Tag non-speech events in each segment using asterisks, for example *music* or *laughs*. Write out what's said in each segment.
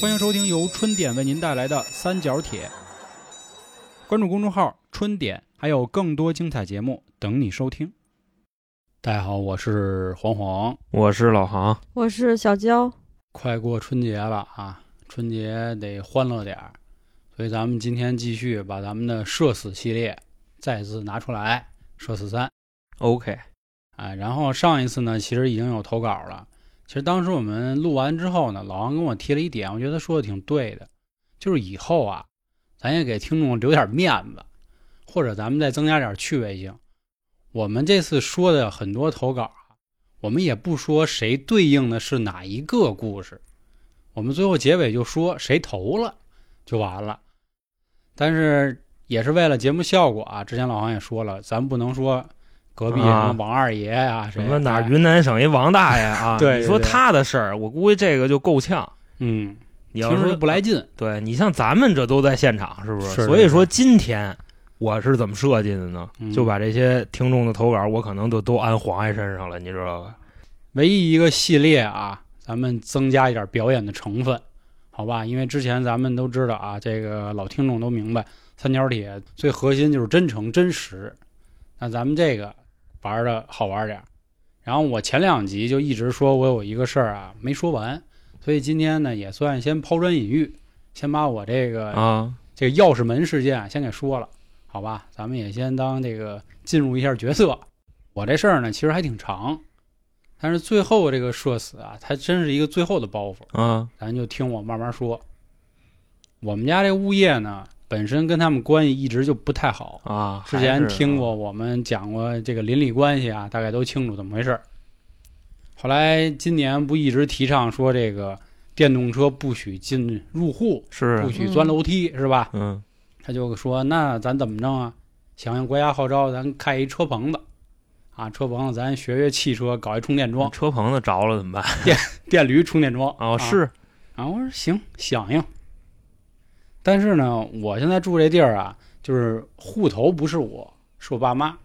欢迎收听由春点为您带来的《三角铁》，关注公众号“春点”，还有更多精彩节目等你收听。大家好，我是黄黄，我是老航，我是小娇。快过春节了啊，春节得欢乐点儿，所以咱们今天继续把咱们的社死系列再次拿出来，社死三。 OK，哎，然后上一次呢，其实已经有投稿了。其实当时我们录完之后呢，老王跟我提了一点，我觉得说的挺对的，就是以后啊，咱也给听众留点面子，或者咱们再增加点趣味性。我们这次说的很多投稿啊，我们也不说谁对应的是哪一个故事，我们最后结尾就说谁投了就完了。但是也是为了节目效果啊，之前老王也说了，咱不能说隔壁啊王二爷呀、谁什么哪哎儿云南省一王大爷 *laughs* 啊？对对你说对他的事儿，我估计这个就够呛。嗯，你听要着说就不来，劲。对你像咱们这都在现场，是不是所以说是今天我是怎么设计的呢嗯？就把这些听众的投稿，我可能都都安黄爷身上了，你知道吧？唯一一个系列啊，咱们增加一点表演的成分，好吧？因为之前咱们都知道啊，这个老听众都明白，三角铁最核心就是真诚真实。那咱们这个玩的好玩点儿。然后我前两集就一直说我有一个事儿啊没说完，所以今天呢也算先抛砖引玉，先把我这个、啊，这个钥匙门事件啊先给说了，好吧？咱们也先当这个进入一下角色。我这事儿呢，其实还挺长，但是最后这个社死啊，它真是一个最后的包袱，啊，咱就听我慢慢说。我们家这物业呢，本身跟他们关系一直就不太好，啊，之还前是听过我们讲过这个邻里关系啊，大概都清楚怎么回事儿。后来今年不一直提倡说这个电动车不许进入户，是不，许钻楼梯，是吧？嗯他就说：“那咱怎么弄啊？响应国家号召，咱开一车棚子，啊，车棚子咱学学汽车，搞一充电桩，车棚子着了 *laughs* 怎么办？电驴充电桩。嗯哦，啊是啊，我说行，响应。但是呢，我现在住这地儿啊，就是户头不是我，是我爸妈。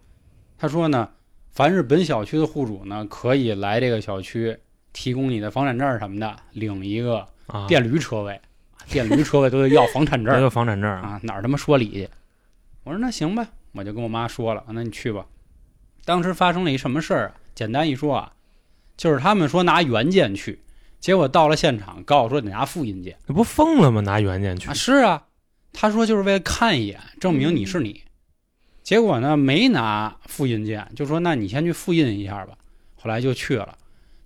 他说呢，凡是本小区的户主呢，可以来这个小区提供你的房产证儿什么的，领一个啊，电驴车位。啊电驴车位都得要房产证 *laughs* 没儿有房产证啊，啊，哪儿他妈说理去？我说那行吧，我就跟我妈说了，啊那你去吧。当时发生了一什么事儿啊？简单一说啊，就是他们说拿原件去，结果到了现场告诉说得拿复印件那不疯了吗？拿原件去啊。是啊，他说就是为了看一眼，证明你是你。结果呢，没拿复印件，就说那你先去复印一下吧。后来就去了，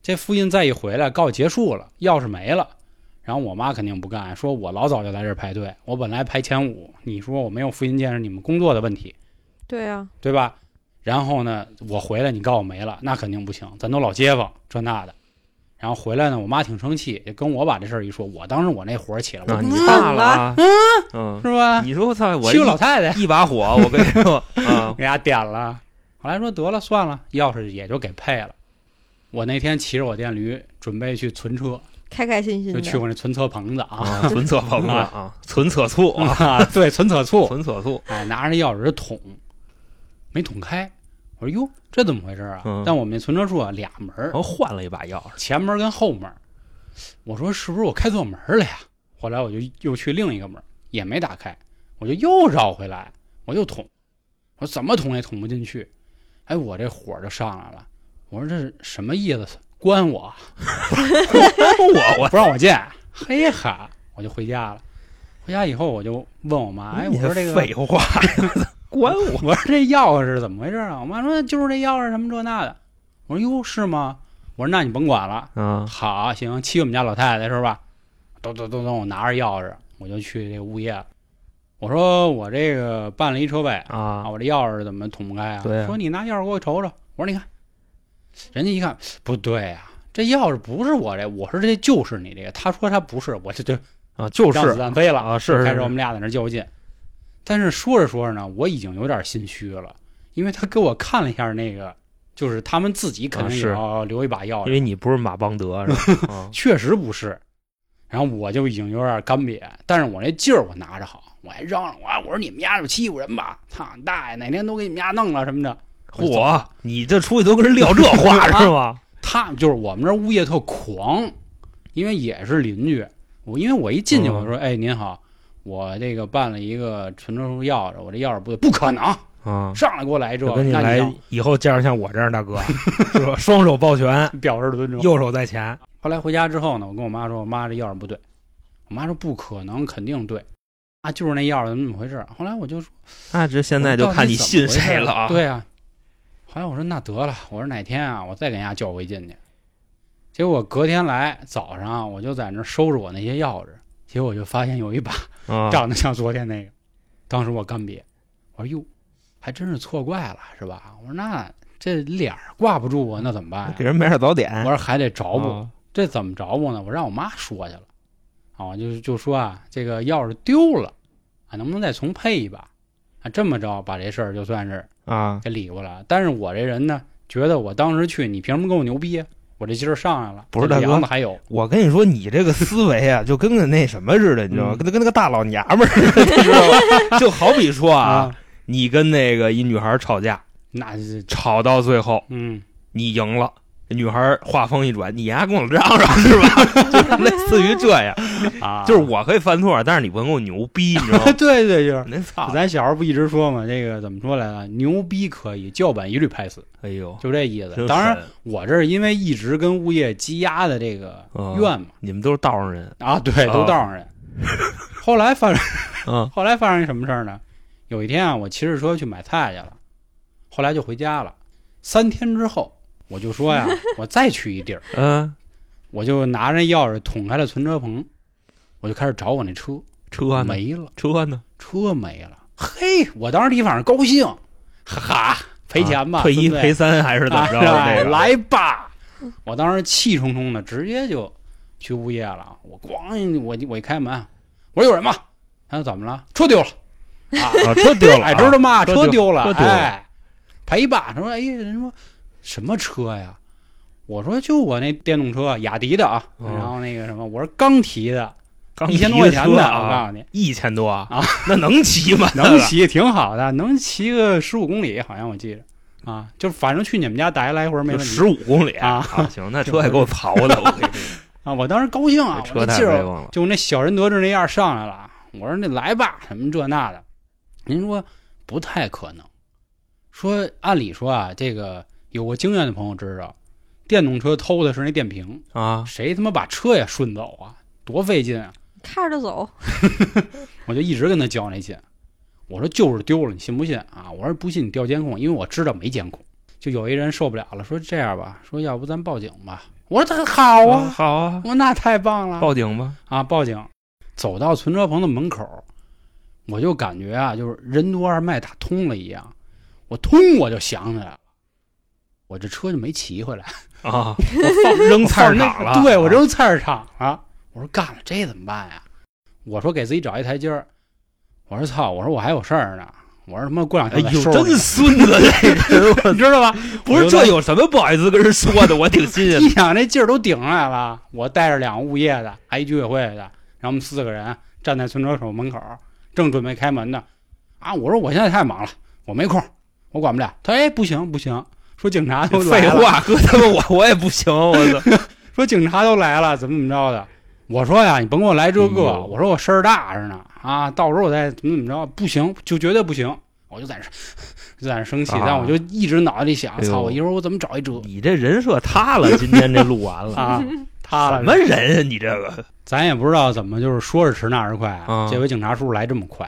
这复印再一回来，告结束了，钥匙没了。然后我妈肯定不干，说我老早就来这儿排队，我本来排前五，你说我没有复印件是你们工作的问题，对啊，对吧？然后呢，我回来你告我没了，那肯定不行，咱都老街坊这那的。然后回来呢，我妈挺生气，就跟我把这事儿一说，我当时我那火起来，我啊，说你嗯大了啊，嗯，是吧？你说我操，我欺负一老太太，一把火，我跟你说啊，给家点了。后来说得了，算了，钥匙也就给配了。我那天骑着我电驴准备去存车，开开心心就的。去我那存车棚子啊，啊存厕棚子啊，嗯存厕醋啊， *laughs* 啊对，存车处，存厕醋哎，拿着钥匙捅，没捅开。我说哟，这怎么回事啊？嗯但我们那存车处啊俩门儿然，后换了一把钥匙，前门儿跟后门儿。我说是不是我开错门儿了呀？后来我就又去另一个门儿，也没打开，我就又绕回来，我又捅，我怎么捅也捅不进去。哎，我这火就上来了。我说这是什么意思？关我啊！哎我不让我进。嘿哈，我就回家了。回家以后我就问我妈，哎，我说这个废话，管我我说这钥匙怎么回事啊？我妈说就是这钥匙什么这那的。我说哟是吗？我说那你甭管了，啊，好行，欺负我们家老太太是吧？咚咚咚咚，我拿着钥匙我就去这物业了。我说我这个办了一车位啊，我这钥匙怎么捅不开啊？对啊说你拿钥匙给我瞅瞅。我说你看，人家一看不对啊，这钥匙不是我这，我说这就是你这个。他说他不是，我就就啊，就让子是弹飞了啊是是开始我们俩在那儿较劲，但是说着说着呢，我已经有点心虚了，因为他给我看了一下那个，就是他们自己肯定也啊是要留一把钥匙，因为你不是马邦德是 *laughs* 吧？啊确实不是。然后我就已经有点干瘪，但是我那劲儿我拿着好，我还嚷嚷我我说你们家就欺负人吧，操你大爷，哪天都给你们家弄了什么的。嚯，你这出去都跟人撂这话是吗？他就是我们这儿物业特狂，因为也是邻居，我因为我一进去，嗯我说：“哎，您好，我这个办了一个存折户钥匙，我这钥匙不对，不可能，啊，上来给我来这，就跟你那来要以后见着像我这样大哥，啊 *laughs* 是吧？双手抱拳，表示尊重。”右手在前，后来回家之后呢，我跟我妈说，我妈这钥匙不对，我妈说不可能，肯定对，啊，就是那钥匙怎么怎么回事儿。后来我就说， *laughs* 那这现在就看你信谁了啊！我说到底怎么回事儿对啊，后来我说那得了，我说哪天啊，我再给人家叫回进去。结果隔天来早上啊，我就在那儿收拾我那些钥匙，结果我就发现有一把啊，长得像昨天那个，当时我干瘪，我说哟，还真是错怪了是吧？我说那这脸儿挂不住我，那怎么办呀、啊给人买点早点。我说还得找补。啊这怎么着不呢？我让我妈说去了，啊，我就就说啊，这个钥匙丢了，啊，能不能再重配一把？啊，这么着把这事儿就算是啊，给理过了。但是我这人呢，觉得我当时去，你凭什么跟我牛逼啊？我这劲儿上来了，不是这大哥梁子还有，我跟你说，你这个思维啊，就跟个那什么似的，你知道吗？嗯跟跟那个大老娘们儿似的，你知道 *laughs* 吗？就好比说啊，啊你跟那个一女孩吵架，那是吵到最后嗯，你赢了，这女孩话锋一转，你丫跟我嚷嚷是 *laughs* 吧？ *laughs* 就是类似于这样，啊，？*laughs* 就是我可以犯错，但是你不能跟我啊牛逼，你知道吗 *laughs* 对对，就是那操！咱小时候不一直说嘛，这个怎么说来着？牛逼可以，叫板一律拍死，哎呦，就这意思。真当然，狠，我这是因为一直跟物业积压的这个哦怨嘛。你们都是道上人啊，对，啊都道上人。 *laughs* 后来发生，啊后来发生一什么事儿呢？有一天啊，我骑着车去买菜去了，后来就回家了。三天之后，我就说 *laughs* 呀，我再去一地儿，嗯，我就拿着钥匙捅开了存车棚，我就开始找我那车，车呢？没了，车呢？车没了。嘿，我当时第一反应高兴，哈哈，赔钱吧，啊退一对不对赔三还是怎么着？啊这 *laughs* 个来吧！我当时气冲冲的，直接就去物业了。我咣，我我一开门，我说有人吗？他说怎么了？车丢了。啊，啊，车丢了 *laughs* 啊，哎，知道吗？车丢车丢了，车丢了哎，赔吧。他说，哎，人说什么车呀？我说就我那电动车，雅迪的啊，嗯然后那个什么，我说刚提的，刚一千提多块车钱的，我告啊，诉你，一千多啊啊，那能骑吗？ *laughs* 能 *laughs* 骑挺好的，能骑个十五公里，好像我记着啊，就是反正去你们家打一来回没问就题。十五公里啊，行，那车也够曹的，我跟你说啊，我当时高 *laughs* 兴啊，这我那车太劲威儿，风了。就那小人得志那样上来了。我说那来吧，什么这那的，您说不太可能。说按理说啊，这个有过经验的朋友知道，电动车偷的是那电瓶，啊，谁他妈把车也顺走啊？多费劲啊！看着走，我就一直跟他较那劲，我说就是丢了，你信不信啊？我说不信你调监控，因为我知道没监控。就有一人受不了了，说这样吧，说要不咱报警吧。我说好啊啊，好啊我，说那太棒了，报警吧。啊，报警！走到存车棚的门口，我就感觉啊，就是任督二脉打通了一样，我通我就想起来了，我这车就没骑回来，啊，我放扔菜市我放那场了。啊对我扔菜市场了。我说干了，这怎么办呀？我说给自己找一台阶儿。我说操，我说我还有事儿呢。我说他妈过两哎天再呦，收拾你真孙子， *laughs* 这人我你知道吧？不我觉是得这有什么不好意思跟人说的，我挺新鲜 *laughs* 一想这劲儿都顶上来了，我带着两个物业的，还一居委会的，然后我们四个人站在存车手门口，正准备开门呢，啊，我说我现在太忙了，我没空，我管不了。他说哎，不行不行，说警察的。都来废了，话，哥他妈我我也不行，*laughs* 我操！说警察都来了，怎么怎么着的。我说呀，你甭给我来这个，哎呦我说我事儿大着呢啊，到时候我再怎么怎么着，不行就绝对不行，我就在这就在这生气，啊但我就一直脑袋里想，哎呦操，我一会儿我怎么找一辙你这人设塌了，今天这录完了， *laughs* 啊？塌了嗯什么人啊？你这个咱也不知道怎么，就是说是迟那是快啊、嗯这回警察叔叔来这么快，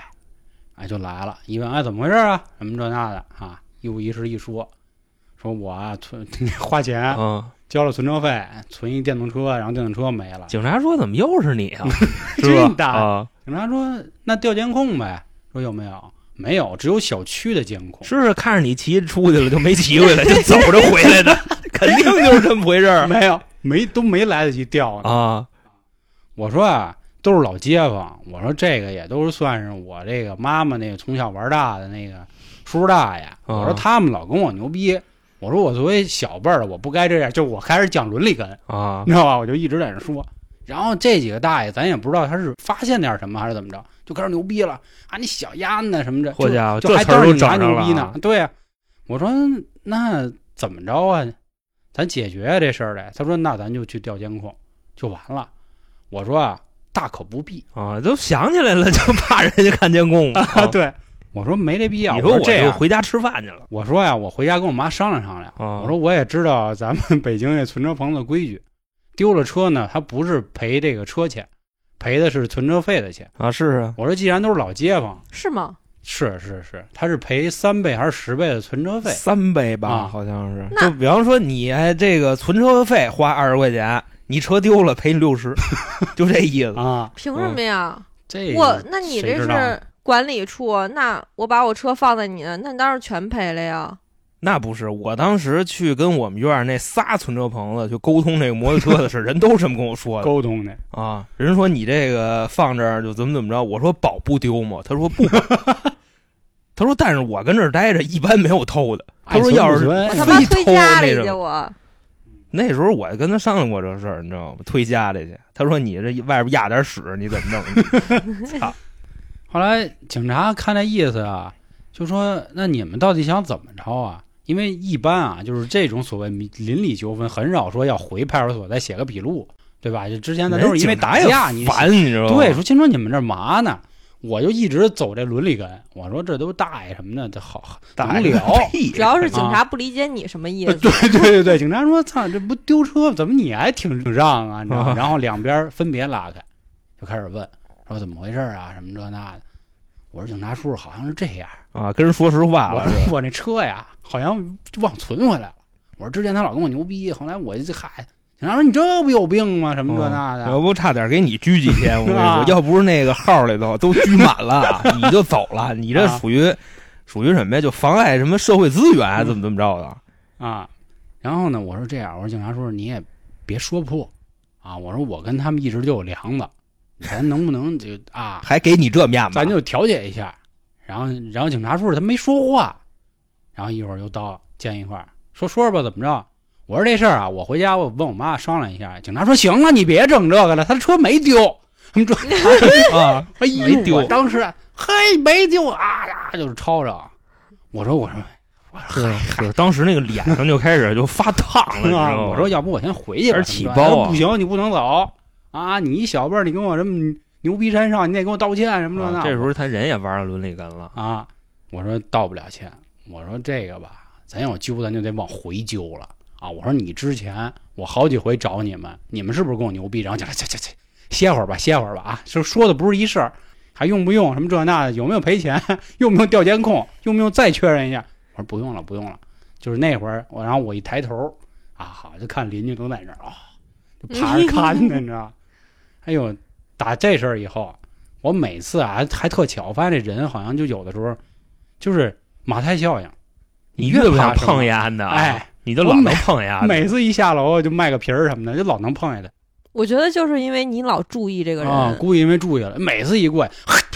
哎，就来了，一问哎怎么回事啊，什么这那的啊，一五一十一说，说我啊存 *laughs* 花钱啊，交了存车费，存一电动车，然后电动车没了。警察说怎么又是你 *laughs* 啊？是真吧？的啊，警察说那调监控呗，说有没有？没有，只有小区的监控。是是看着你骑出去了就没骑回来，就走着回 *laughs* 来的，肯定就是这么回事儿没有，没都没来得及调呢。啊。我说啊，都是老街坊，我说这个也都是算是我这个妈妈那个从小玩大的那个叔叔大爷，我说他们老跟我牛逼，我说我作为小辈儿的我不该这样，就我开始讲伦理根，啊你知道吧？我就一直在那说。然后这几个大爷，咱也不知道他是发现点什么还是怎么着，就开始牛逼了啊！你小丫呢什么的，好家伙啊就这还词儿当着都警察整上牛逼了呢啊。对呀、我说那怎么着啊？咱解决这事儿来。他说那咱就去调监控，就完了。我说啊，大可不 *laughs* 必啊，都想起来了，就怕人家看 *laughs* 监控啊。对，我说没这必要。你说我我说这就样，回家吃饭去了我说呀，我回家跟我妈商量商量。啊。我说我也知道咱们北京这存车棚的规矩，丢了车呢，他不是赔这个车钱，赔的是存车费的钱。啊，是啊，我说既然都是老街坊，是吗？是是是，他是赔三倍还是十倍的存车费？三倍啊吧，好像是。那就比方说你哎这个存车费花二十块钱，你车丢了赔你 *laughs* 六十，就这意思。啊，凭什么呀？这我那你谁这知道呢是管理处，那我把我车放在你那，那你当然全赔了呀。那不是，我当时去跟我们院儿那仨存车棚子去沟通这个摩托车的事，人都是这么跟我说的沟通的，啊。人说你这个放这儿就怎么怎么着，我说保不丢吗？他说不保。他说：“但是我跟这儿待着，一般没有偷的。他说哎爱存要不是哎存我他妈非推偷家那里种去，我那时候我跟他商量过这事儿，你知道吗？推家里去。他说：‘你这外边压点屎，你怎么 *laughs* 弄后来警察看这意思啊，就说：“那你们到底想怎么着啊？因为一般啊，就是这种所谓民邻里纠纷，很少说要回派出所再写个笔录，对吧？就之前咱都是因为打架，你？’烦，你知道吗？对说听说你们这儿嘛呢？我就一直走这伦理根，我说这都大爷什么的，这好打能聊。屁主要是警察不理解你什么意啊呃对思， *laughs* 对对对，警察说：“操，这不丢车，怎么你还挺挺让啊？”你知道吗？然后两边分别拉开，就开始问说怎么回事啊，什么这那的。我说警察叔叔好像是这样，啊！跟人说实话我了，说我那车呀好像忘存回来了。我说之前他老跟我牛逼，后来我就嗨，警察说你这不有病吗？什么这那的。要不差点给你拘几天。我跟 *laughs* 你啊说，要不是那个号里头都拘满 *laughs* 了，你就走了。你这啊属于属于什么呀？就妨碍什么社会资嗯源，怎么怎么着的？啊，然后呢，我说这样，我说警察叔叔你也别说破啊，我说我跟他们一直就有梁子，咱能不能就啊，还给你这面 *laughs* 子？咱就调解一下。然后，然后警察叔叔他没说话，然后一会儿又到见一块儿说说吧，怎么着？我说这事儿啊，我回家我问我妈商量一下。警察说行了，你别整这个了，他的车没丢。 *laughs* 他们说啊，哎呦，没丢我当时嘿没丢啊呀，就是吵嚷。我说我说是是，当时那个脸上就开始就发烫了，*laughs* 你知道吗？啊我说要不我先回去吧。有点他们起说包哎啊不行，你不能走啊！你一小辈儿，你跟我这么牛逼山上，你得给我道歉什么的、啊那。这时候他人也玩上伦理根了，啊，我说道不了歉，我说这个吧，咱要揪，咱就得往回揪了啊。我说你之前我好几回找你们，你们是不是跟我牛逼？然后讲去去去，歇会儿吧，歇会儿吧啊，就说的不是一事儿，还用不用什么这那的，有没有赔钱，用不用调监控，用不用再确认一下？我说不用了，不用了。就是那会儿我，然后我一抬头啊，好就看邻居都在那儿啊，就爬着看呢，你知道？哎呦，打这事儿以后，我每次啊还还特巧，发现这人好像就有的时候就是马太效应，你越越不怕想什么碰啊丫的，哎，你就老能碰丫 *laughs* 的。每次一下楼就卖个皮儿什么的，就老能碰见他。我觉得就是因为你老注意这个人，啊，估计因为注意了，每次一过来，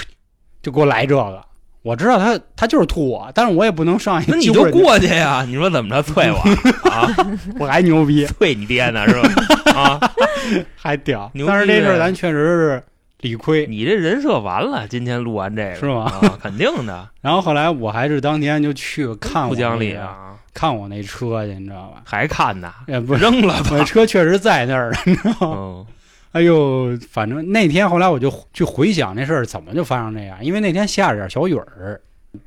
*laughs* 就给我来这个。我知道他他就是吐我，但是我也不能上去那你揪就人家，过去呀！你说怎么着啐 *laughs* 我啊？我还牛逼，啐你爹呢是吧？啊，还屌。牛逼但是这事儿呗咱确实是理亏，你这人设完了，今天录完这个是吗？ *laughs* 啊，肯定的，然后后来我还是当天就去看我不讲理那个，啊，看我那车去，你知道吧？还看呢，也不是， *laughs* 扔了我那吧。车确实在那儿了。嗯，哎呦，反正那天后来我就去回想这事儿怎么就发生这样，因为那天下着点小雨儿，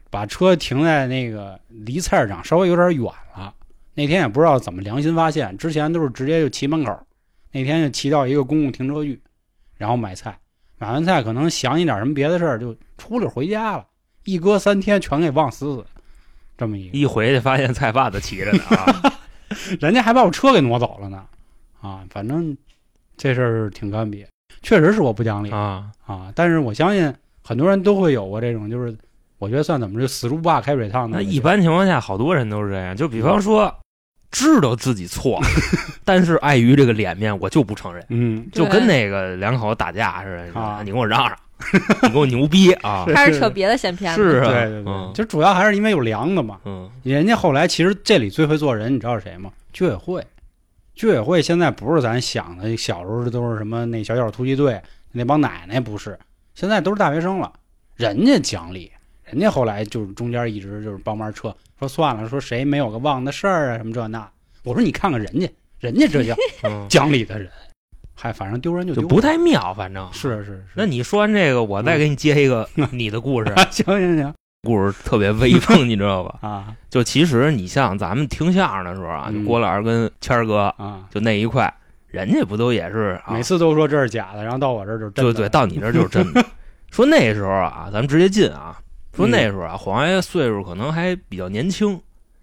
把车停在那个离菜市场稍微有点远了。那天也不知道怎么良心发现，之前都是直接就骑门口，那天就骑到一个公共停车域，然后买菜，买完菜可能想起点什么别的事儿，就出溜回家了，一搁三天全给忘死死，这么一个。一回去发现菜贩子骑着呢啊，人家还把我车给挪走了呢，啊，反正这事儿挺干瘪，确实是我不讲理啊，啊。但是我相信很多人都会有过这种，就是我觉得算怎么着，死猪不怕开水烫的。那一般情况下，好多人都是这样。就比嗯方说，知道自己 *laughs* 错了，但是碍于这个脸面，我就不承认。嗯，就对跟那个两口子打架似的，你啊说你给我让 *laughs* 让，你给我牛逼啊！是开始扯别的闲篇了。是对啊，对对，嗯就主要还是因为有梁子嘛。嗯，人家后来其实这里最会做人，你知道是谁吗？居委会。居委会现在不是咱想的小时候都是什么那小小突击队那帮奶奶，不是，现在都是大学生了，人家讲理，人家后来就是中间一直就是帮忙撤，说算了，说谁没有个忘的事儿啊什么这那。我说你看看人家，人家这叫嗯讲理的人，嗨，反正丢 *laughs* 人就就丢不太妙，反正。是啊嗯是是。*laughs* 那你说完这个，我再给你接一个 *laughs* 你的故事，行行行故事特别威风， *laughs* 你知道吧？啊就其实你像咱们听相声的时候啊，嗯就郭老师跟谦儿哥啊，就那一块，人家不都也是啊每次都说这是假的，然后到我这儿就真对的。对，到你这儿就是真 *laughs* 的。说那时候啊，咱们直接进啊。说那时候啊，黄爷岁数可能还比较年轻，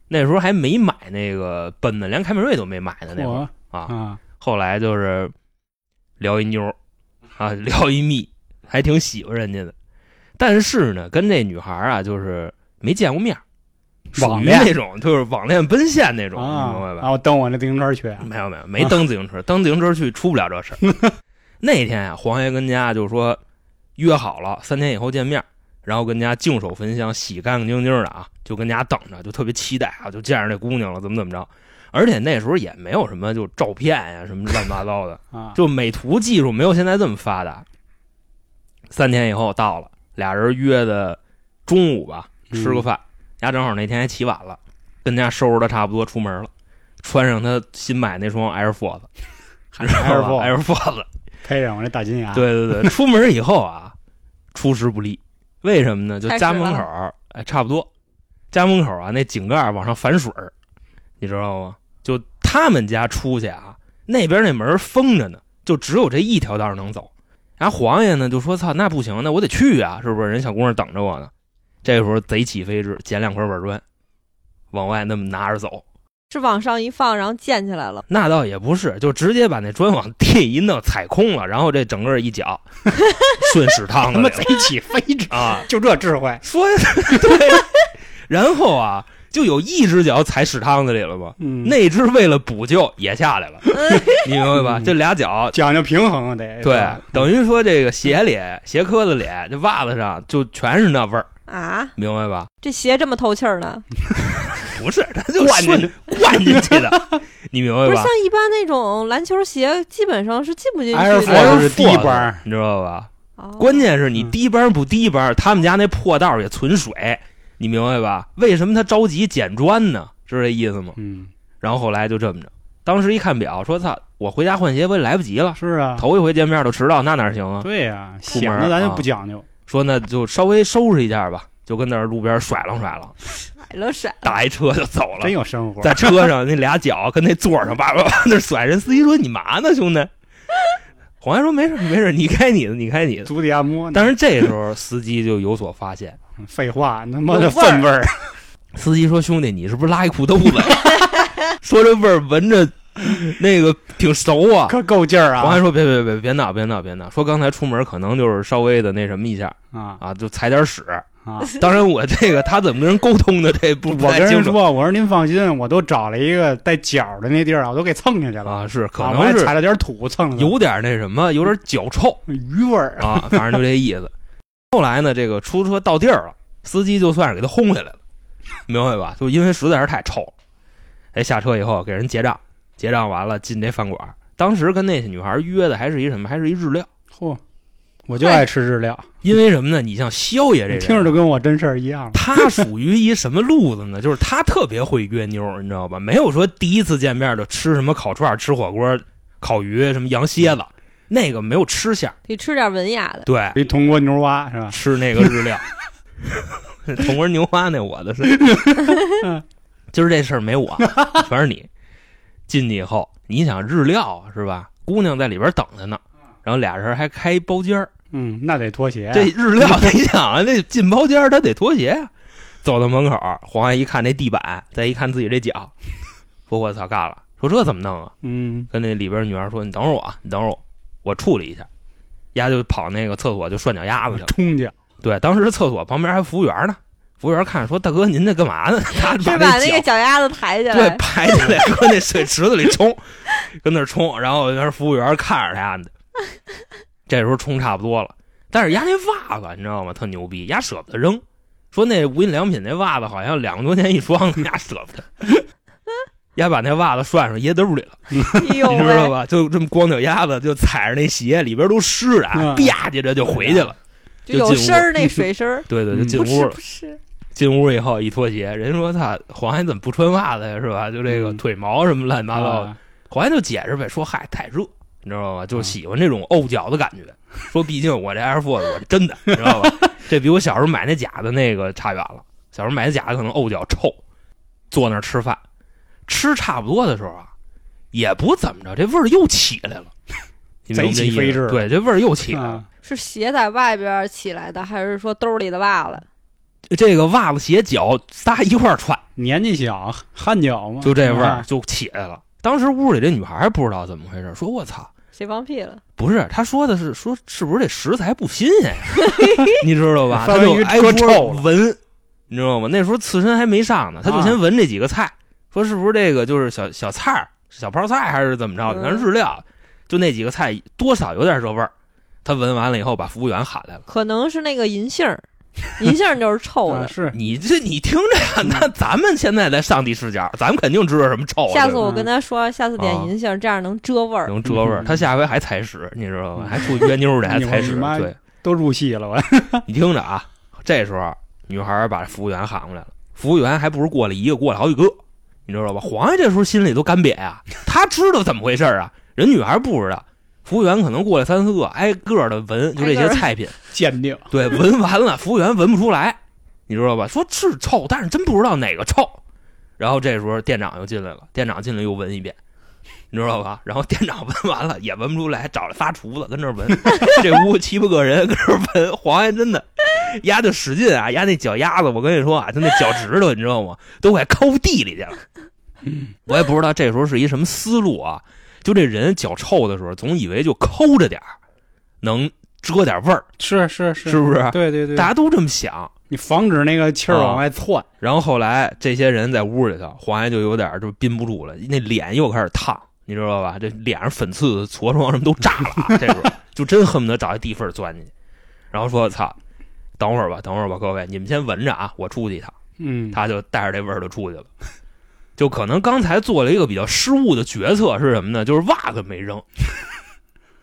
那时候还没买那个奔的，连凯美瑞都没买的那会儿我啊。啊后来就是聊一妞儿啊，聊一蜜，还挺喜欢人家的。但是呢，跟这女孩啊，就是没见过面儿，属网于恋那种就是网恋奔现那种，你明白吧啊！？我蹬我那自行车去啊没有没有，没蹬自行车， *laughs* 蹬自行车去出不了这事儿。那天呀、黄爷跟家就说约好了三天以后见面，然后跟家净手焚香，洗干干净净的啊，就跟家等着，就特别期待啊，就见着这姑娘了，怎么怎么着。而且那时候也没有什么就照片呀、什么乱七八糟的，啊！就美图技术没有现在这么发达。三天以后到了，俩人约的中午吧，吃个嗯饭。丫正好那天还起晚了，跟家收拾的差不多出门了，穿上他新买那双 Air Force，还知道吧 Air Air Force，配上我那大金啊牙，，对对 *laughs* 对，出门以后啊，出师不利，为什么呢？就开始家门了口儿，哎，差不多，家门口啊，那井盖儿往上反水儿你知道吗？就他们家出去啊，那边那门儿封着呢，就只有这一条道儿能走。然后黄爷呢就说：“操，那不行，那我得去啊，是不是？人小姑娘等着我呢。”这时候贼起飞智，捡两块板砖，往外那么拿着走。 *laughs* 是往上一放，然后溅起来了。那倒也不是，就直接把那砖往地一弄，踩空了，然后这整个一脚顺屎他汤子妈里贼了起飞智， *laughs* 啊！就这智 *laughs* 慧，说对，然后啊，就有一只脚踩屎汤子里了嘛，嗯，那只为了补救也下来了， *laughs* 你明白吧？嗯这俩脚。讲究平衡啊，得对，于等于说这个鞋里、鞋壳子里、这袜子上就全是那味儿，啊，明白吧？这鞋这么透气儿呢？不是，它就灌进顺灌进去的，你明不白是吧像？一般那种篮球鞋，基本上是进不进 Air 去 Force 的。我是第一班你知道吧？哦关键是你嗯低班不低班，他们家那破道也存水，你明白吧？为什么他着急捡砖呢？是这意思吗？嗯，然后后来就这么着，当时一看表，说操，我回家换鞋不也来不及了？是啊，头一回见面都迟到，那哪行啊？对呀，出显门得咱就啊不讲究，说那就稍微收拾一下吧，就跟那儿路边甩了甩了，甩了甩了，打一车就走了真。有生活，在车上那俩脚跟那座上叭叭叭那甩，人司机说你嘛呢，兄弟？黄爷说没事没事，你开你的，你开你 *laughs* 的。足底按摩呢，但是这时候司机就有所发现。废话，他妈的有味儿粪味儿，司机说：“兄弟，你是不是拉一裤兜子？” *laughs* 说这味儿闻着那个挺熟啊。可够劲儿黄啊还说：“别别别别闹别闹别闹！”说刚才出门可能就是稍微的那什么一下啊啊，就踩点屎。啊！当然，我这个他怎么跟人沟通的，这不不我太跟人清楚说，我说您放心，我都找了一个带角儿的那地儿啊，我都给蹭下去了，啊。是可啊我还能是踩了点土蹭的，有点那什么，有点脚臭鱼味儿，啊，反正就这意思。 *laughs* 后来呢，这个出租车到地儿了，司机就算是给他轰下来了，明白吧？就因为实在是太臭了。哎，下车以后给人结账，结账完了进这饭馆。当时跟那女孩约的还是一什么？还是一日料。嚯，我就爱吃日料，因为什么呢？你像肖爷你这人，啊听着就跟我真事儿一样。他属于一什么路子呢？就是他特别会约妞，你知道吧？没有说第一次见面就吃什么烤串、吃火锅、烤鱼、什么羊蝎子，那个没有吃相。得吃点文雅的。对，一铜锅牛蛙是吧？吃那个日料， *laughs* 铜锅牛蛙那我的是，今儿这事儿没我，全是你。进去以后，你想日料是吧？姑娘在里边等着呢，然后俩人还开包间儿。嗯，那得脱鞋。这日料， *laughs* 你想啊，那进包间儿他得脱鞋呀。走到门口，黄阿姨看那地板，再一看自己这脚，说我操，干了！说这怎么弄啊？嗯，跟那里边女孩说：“你等会儿我啊，你等会儿我，我处理一下。”丫就跑那个厕所就涮脚丫子去了。冲去，对，当时厕所旁边还服务员呢，服务员看说：“大哥，您这干嘛呢？”他 *laughs* 是把把那个脚脚丫子抬起对来，排起来，搁那水池子里冲， *laughs* 跟那儿冲。然后那服务员看着他呢，这时候冲差不多了，但是丫那袜子你知道吗？特牛逼，丫舍不得扔，说那无印良品那袜子好像两个多钱一双呢，丫舍不得。丫把那袜子涮上掖兜里了，哎呦你知道喂！吧？就这么光脚丫子，就踩着那鞋，里边都湿的啊，嗯吧唧着就回去了。就有就进屋，声儿那水声儿对对，就嗯进不屋是了。不是，进屋以后一脱鞋，人说他黄爷怎么不穿袜子呀？是吧？就这个嗯腿毛什么乱七八糟的。啊黄爷就解释呗，说嗨太热，你知道吧？就嗯喜欢这种沤脚的感觉。说毕竟我这 Air Force 我是真的，你知道吧？这比我小时候买那假的那个差远了。小时候买的假的可能沤脚臭，坐那儿吃饭，吃差不多的时候啊，也不怎么着，这味儿又起来了。你明白这贼意起飞思至吗？对，这味儿又起来了。啊是鞋在外边儿起来的，还是说兜里的袜子？这个袜子、鞋、脚仨一块儿穿，年纪小，汗脚嘛，就这味儿啊，就起来了。当时屋里这女孩儿不知道怎么回事，说我操，谁放屁了？不是，她说的是说是不是这食材不新鲜 *laughs* 呀？你知道吧？翻完她就鱼挨说桌臭了闻，你知道吗？那时候刺身还没上呢，她就啊先闻这几个菜，说是不是这个就是小小菜儿、小泡菜还是怎么着的？嗯咱日料就那几个菜多少有点这味儿。她闻完了以后，把服务员喊来了。可能是那个银杏儿，银杏儿就是臭啊的。是你这你听着呀， *laughs* 那咱们现在在上帝视角，咱们肯定知道什么臭啊。下对次吧我跟他说，下次点啊银杏儿，这样能遮味儿。能遮味儿。嗯他下回还踩屎，你知道吗？嗯还出约妞儿去，还踩你屎。妈对，都入戏了，我 *laughs* 你听着啊，这时候女孩儿把服务员喊过来了，服务员还不是过来一个，过来好几个，你知道吧？黄爷这时候心里都干瘪呀、他知道怎么回事儿啊，人女孩儿不知道。服务员可能过来三四个，挨个的闻，就这挨些个儿菜品，鉴定对，闻完了，服务员闻不出来，你知道吧？说是臭，但是真不知道哪个臭。然后这时候店长又进来了，店长进来又闻一遍，你知道吧？然后店长 *laughs* 闻完了也闻不出来，找了仨厨子跟这儿闻，这屋七八个人跟这儿闻，黄爷真的，丫就使劲啊，丫那脚丫子，我跟你说啊，就那脚趾头，你知道吗？都快抠地里去了。我也不知道这时候是一什么思路啊，就这人脚臭的时候，总以为就抠着点儿，能遮点味儿，是是是是不是？对对对，大家啊都这么想。你防止那个气儿往外窜，然后后来这些人在屋里头，黄爷就有点儿就憋不住了，那脸又开始烫，你知道吧？这脸上粉刺、痤疮什么都炸了啊，这时候就真恨不得找一地缝儿钻进去，然后说：“操，等会儿吧，等会儿吧，各位，你们先闻着啊，我出去一趟。”嗯，他就带着这味儿就出去了。就可能刚才做了一个比较失误的决策是什么呢？就是袜子没扔。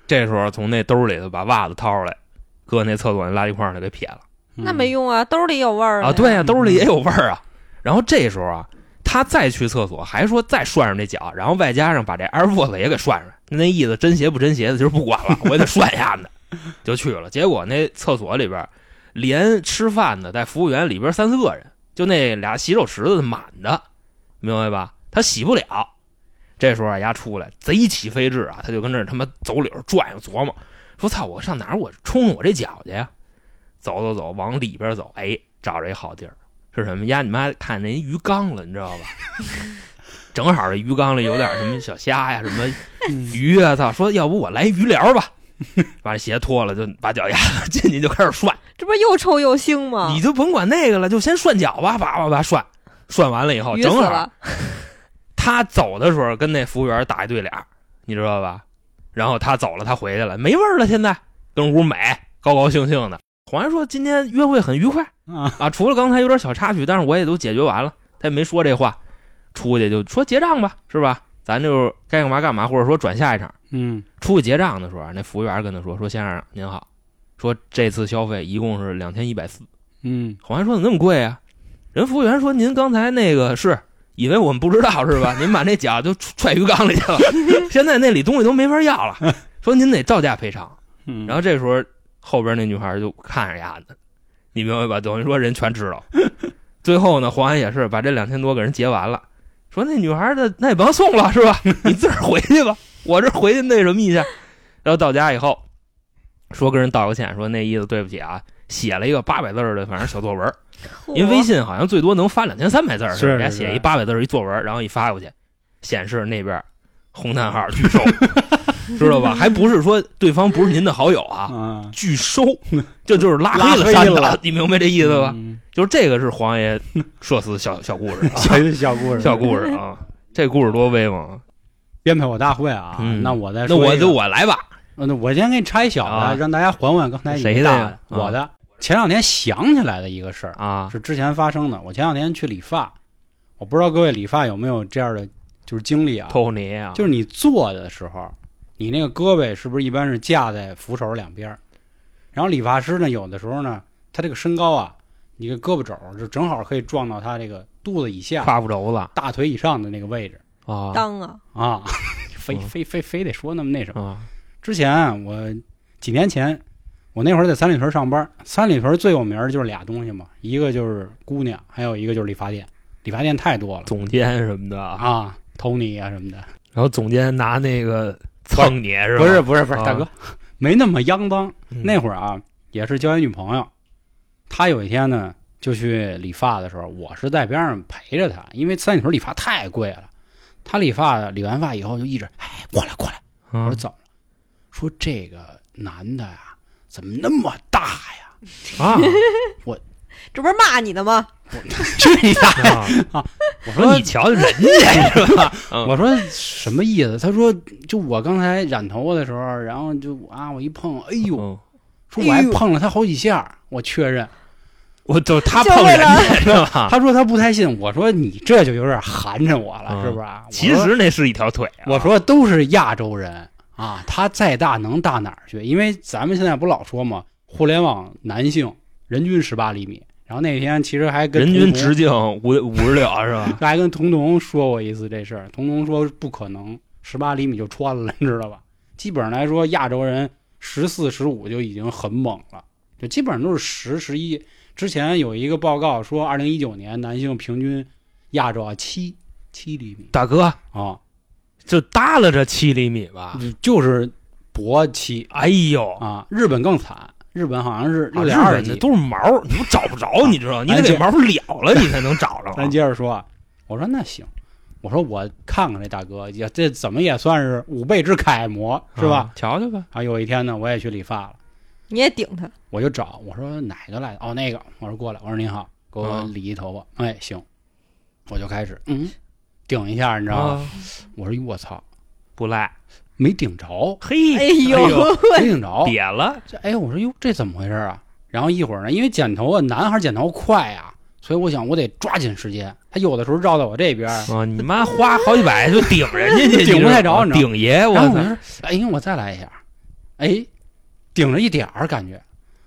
这时候从那兜里头把袜子掏出来，搁那厕所那垃圾筐里给撇了。嗯那没用啊，兜里有味儿啊，了对呀呀、兜里也有味儿啊。然后这时候啊，他再去厕所，还说再涮上这脚，然后外加上把这 Air Force 也给涮上，那意思真鞋不真鞋的，其实不管了，我也得涮下呢，就去了。结果那厕所里边儿，连吃饭的带服务员里边儿三四个人，就那俩洗手池子满的，明白吧？他洗不了。这时候啊，丫出来贼起飞智啊，他就跟这儿他妈走柳儿转悠琢磨，说操，我上哪儿我冲冲我这脚去呀？走走走，往里边走，哎，找着一好地儿，是什么？呀？你妈看那鱼缸了，你知道吧？ *laughs* 正好这鱼缸里有点什么小虾呀，什么嗯鱼啊，操！说要不我来鱼疗吧，把这鞋脱了，就把脚丫子进去就开始涮，这不是又臭又腥吗？你就甭管那个了，就先涮脚吧，叭叭叭涮，涮完了以后，晕正死好了，他走的时候跟那服务员打一对脸儿，你知道吧？然后他走了，他回去了，没味儿了，现在跟屋美，高高兴兴的。黄爷说今天约会很愉快。啊，啊，除了刚才有点小插曲，但是我也都解决完了，他也没说这话，出去就说结账吧，是吧？咱就该干嘛干嘛，或者说转下一场。嗯出去结账的时候啊，那服务员跟他说：“说先生您好，说这次消费一共是两千一百四。嗯”黄岩说：“怎么那么贵啊？”人服务员说：“您刚才那个是以为我们不知道是吧？您把那脚就踹鱼缸里去了， *laughs* 现在那里东西都没法要了，说您得照价赔偿。”嗯，然后这时候后边那女孩就看着丫的，你明白吧？等于说人全知道。最后呢，黄安也是把这两千多给人结完了，说那女孩的那也甭送了是吧？你自个儿回去吧，我这回去那什么一下。然后到家以后，说跟人道个歉，说那意思对不起啊，写了一个八百字儿的反正小作文儿，因为微信好像最多能发两千三百字儿，是人家是写是一八百字儿一作文儿，然后一发过去，显示那边儿红叹号拒 *laughs* 收，知道吧？还不是说对方不是您的好友啊， *laughs* 啊，拒收，这就是拉拉黑了黑删了的，你明白这意思吧？嗯？就是这个是黄爷社死小小故 *laughs* 事啊，小小故事， *laughs* 小故事啊，这故事多威风啊！编排我大会啊，嗯那我再那说我一就个我来吧，呃那我先给你拆小啊的，让大家缓缓刚才你谁的大呀啊我的。前两天想起来的一个事儿啊，是之前发生的。我前两天去理发，我不知道各位理发有没有这样的就是经历啊？偷你啊，就是你坐的时候，你那个胳膊是不是一般是架在扶手两边儿？然后理发师呢，有的时候呢，他这个身高啊，你这胳膊肘就正好可以撞到他这个肚子以下、胯骨轴子大腿以上的那个位置啊，当啊，啊，非嗯非非非得说那么那什么。啊，之前我几年前，我那会儿在三里屯上班，三里屯最有名儿就是俩东西嘛，一个就是姑娘，还有一个就是理发店。理发店太多了总监什么的啊，啊，Tony 啊什么的，然后总监拿那个蹭你是吧？不是不是不是，啊大哥，没那么肮脏。嗯那会儿啊，也是交一女朋友，她有一天呢就去理发的时候，我是在边上陪着她，因为三里屯理发太贵了。她理发理完发以后就一直哎过来过来，我啊说怎么了？说这个男的呀、怎么那么大呀？ *laughs* 啊这不是骂你的吗？去你大爷！啊，我我说说你瞧瞧人家是吧？ *laughs* 嗯我说什么意思？他说就我刚才染头发的时候，然后就啊我一碰，哎呦，嗯说我还哎呦碰了他好几下，我确认。我就他就碰为人家了是吧？他说他不太信，我说你这就有点寒碜我了，嗯是不是啊？其我说实那是一条腿啊，我说都是亚洲人啊，他再大能大哪儿去？因为咱们现在不老说嘛，互联网男性人均十八厘米。然后那天其实还跟人均童直径五五十六啊 *laughs* 是吧？还跟童童说过一次这事儿，童童说不可能，十八厘米就穿了，你知道吧？基本上来说，亚洲人十四、十五就已经很猛了，就基本上都是十、十一。之前有一个报告说，二零一九年男性平均亚洲啊七七厘米大哥啊、就耷拉着七厘米吧。就就是脖七哎呦，嗯啊。日本更惨，日本好像是啊六日点二本的几。啊都是毛儿，你都找不着，你知道？你得咱给接毛儿 *laughs* 了了，你才能找着咱接着说，啊，我说那行，我说我看看这大哥，也这怎么也算是五辈之楷模是吧？啊？瞧瞧 *laughs* 吧，啊，有一天呢，我也去理发了，你也顶他，我就找我说哪个来的？哦，那个，我说过来，我说您好，给我嗯理一头发。哎，行，我就开始嗯顶一下，你知道吗？啊，我说哟我操，不赖，没顶着，哎嘿，呦，没顶着。瘪了，这哎，我说哟这怎么回事啊？然后一会儿呢，因为剪头啊，男孩剪头快啊，所以我想我得抓紧时间。他有的时候绕到我这边儿，啊，你妈花好几百就顶人家去， *laughs* 顶不太着你你知知道吗顶爷，我然后我操就说哎，我再来一下，哎，顶着一点儿感觉。